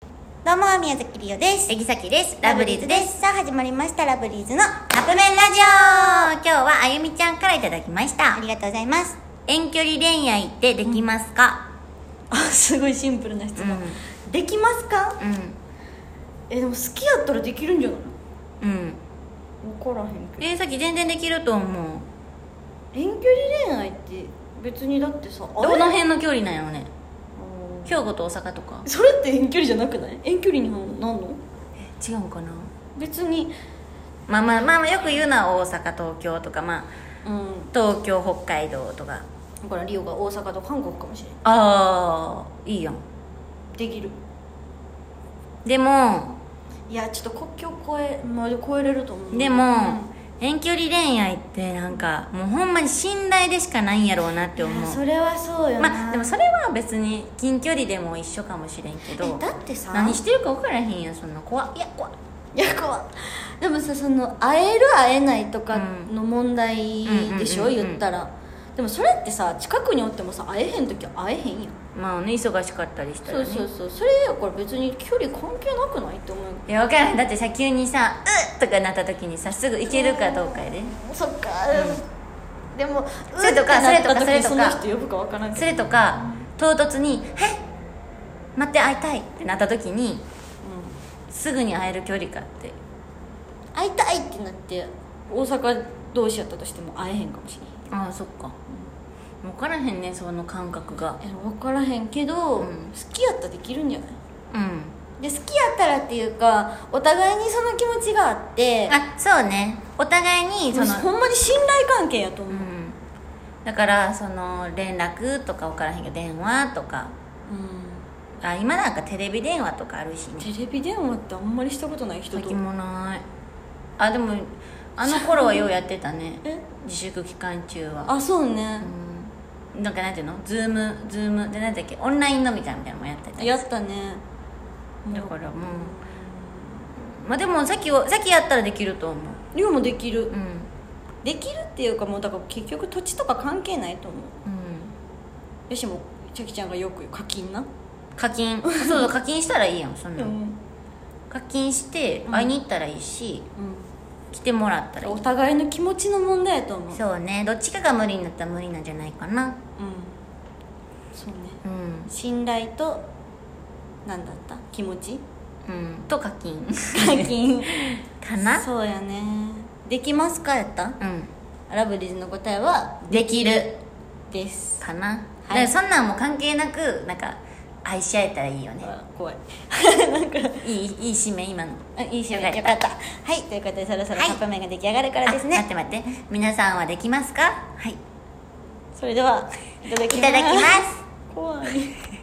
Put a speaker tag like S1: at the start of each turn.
S1: どうも宮崎りおです
S2: えぎさきです。ラブリーズです。
S1: さあ始まりましたラブリーズのあ
S2: カップ麺ラジオ今日はあゆみちゃんからいただきました
S1: り。がとうございます
S2: 遠距離恋愛ってできますか、
S1: あすごいシンプルな質
S2: うん、
S1: できますか
S2: う
S1: えでも好きやったらできるんじゃない
S2: ん。うん。
S1: 分からへんけ
S2: えー、さき全然できると思う。
S1: ど遠距離恋愛って別にだってさ
S2: どの辺の距離なんやろね。兵庫と大阪とか。
S1: それって遠距離じゃなくない遠距離になんの
S2: 違うんかな
S1: 別に
S2: まあまあまあまあ、よく言うのは大阪、東京とか、まあ、
S1: うん
S2: 東京、北海道とか。
S1: だからリオが大阪と韓国かもしれな
S2: ああ、いいやん。
S1: いできる
S2: でも、
S1: いやちょっと国境越えまあで超えれると思う
S2: でも、遠距離恋愛ってなんか、もうほんまに信頼でしかないんやろうなって
S1: うん
S2: 思
S1: いや
S2: う。
S1: それはそうよな、
S2: まあでもそれは別に近距離でも一緒かもしれんけど
S1: えだってさ
S2: 何してるか分からへんやんそんな怖っいや怖っ
S1: いや怖っでもさその会える会えないとかの問題でしょ、
S2: うんうんうんうん
S1: 言ったらでもそれってさ近くにおってもさ会えへん時は会えへんやん
S2: まあね忙しかったりしたら
S1: そう
S2: ね
S1: そうそうそれやから別に距離関係なくないって思う
S2: いや分からへんだってさ急にさ「うっ!」とかなった時にさすぐ行けるかどうかやで
S1: そっか、でも
S2: それとか
S1: うってなった
S2: それとかそれ
S1: 時に
S2: とか
S1: その人呼ぶかわからんけ
S2: そ
S1: ど
S2: れとか唐突に「え待って会いたい」ってなった時に
S1: う
S2: すぐに会える距離かって
S1: ん会いたいってなって大阪同士やったとしても会えへんかもしれ
S2: ああそっか分からへんねその感覚が
S1: へんいや分からへんけど、
S2: うん
S1: 好きやったらできるんじゃない
S2: うん
S1: で好きやったらっていうかお互いにその気持ちがあって
S2: あそうねお互いにその
S1: ほんまに信頼関係やと思
S2: う
S1: う、
S2: ん、だからその連絡とか分からへんけど電話とかあ今なんかテレビ電話とかあるしね
S1: テレビ電話ってあんまりしたことない人
S2: 最
S1: と
S2: 近もないあでもあの頃はようやってたね
S1: え
S2: 自粛期間中は
S1: あそうね、
S2: うんなんかなんていうのズームズームでなんだっけオンライン飲み会みたいなのもやってたり
S1: やったね
S2: だからもうまあでもさっきをさっきやったらできると思う
S1: 量もできる、
S2: うん
S1: できるっていうかもうだから結局土地とか関係ないと思う
S2: うん
S1: よしもちゃきちゃんがよく言う課金な
S2: 課 金そうそう課金したらいいやんそん
S1: う、
S2: なんん課金して会いに行ったらいいし、来てもらったらいい
S1: お互いの気持ちの問題やと思う
S2: そうねどっちかが無理になったら無理なんじゃないかな
S1: うんそうね
S2: うん
S1: 信頼と何だった気持ち
S2: うんと課 金
S1: 課金
S2: かな
S1: そうやねできますかやった
S2: うん
S1: ラブリーズの答えは
S2: できる
S1: です
S2: かな、
S1: は
S2: はいい、そんなんも関係なくなんか愛し合えたらいいよね
S1: 怖い
S2: いいいい締め今の
S1: あいいしよ
S2: よ
S1: か
S2: か
S1: っ
S2: ったた
S1: はいということでそろそろカ
S2: はい
S1: ップ麺が出来上がるからですね、
S2: あ待って待って皆さんはできますかはい
S1: それではいただき
S2: い
S1: ま
S2: た
S1: す
S2: だきます
S1: 怖い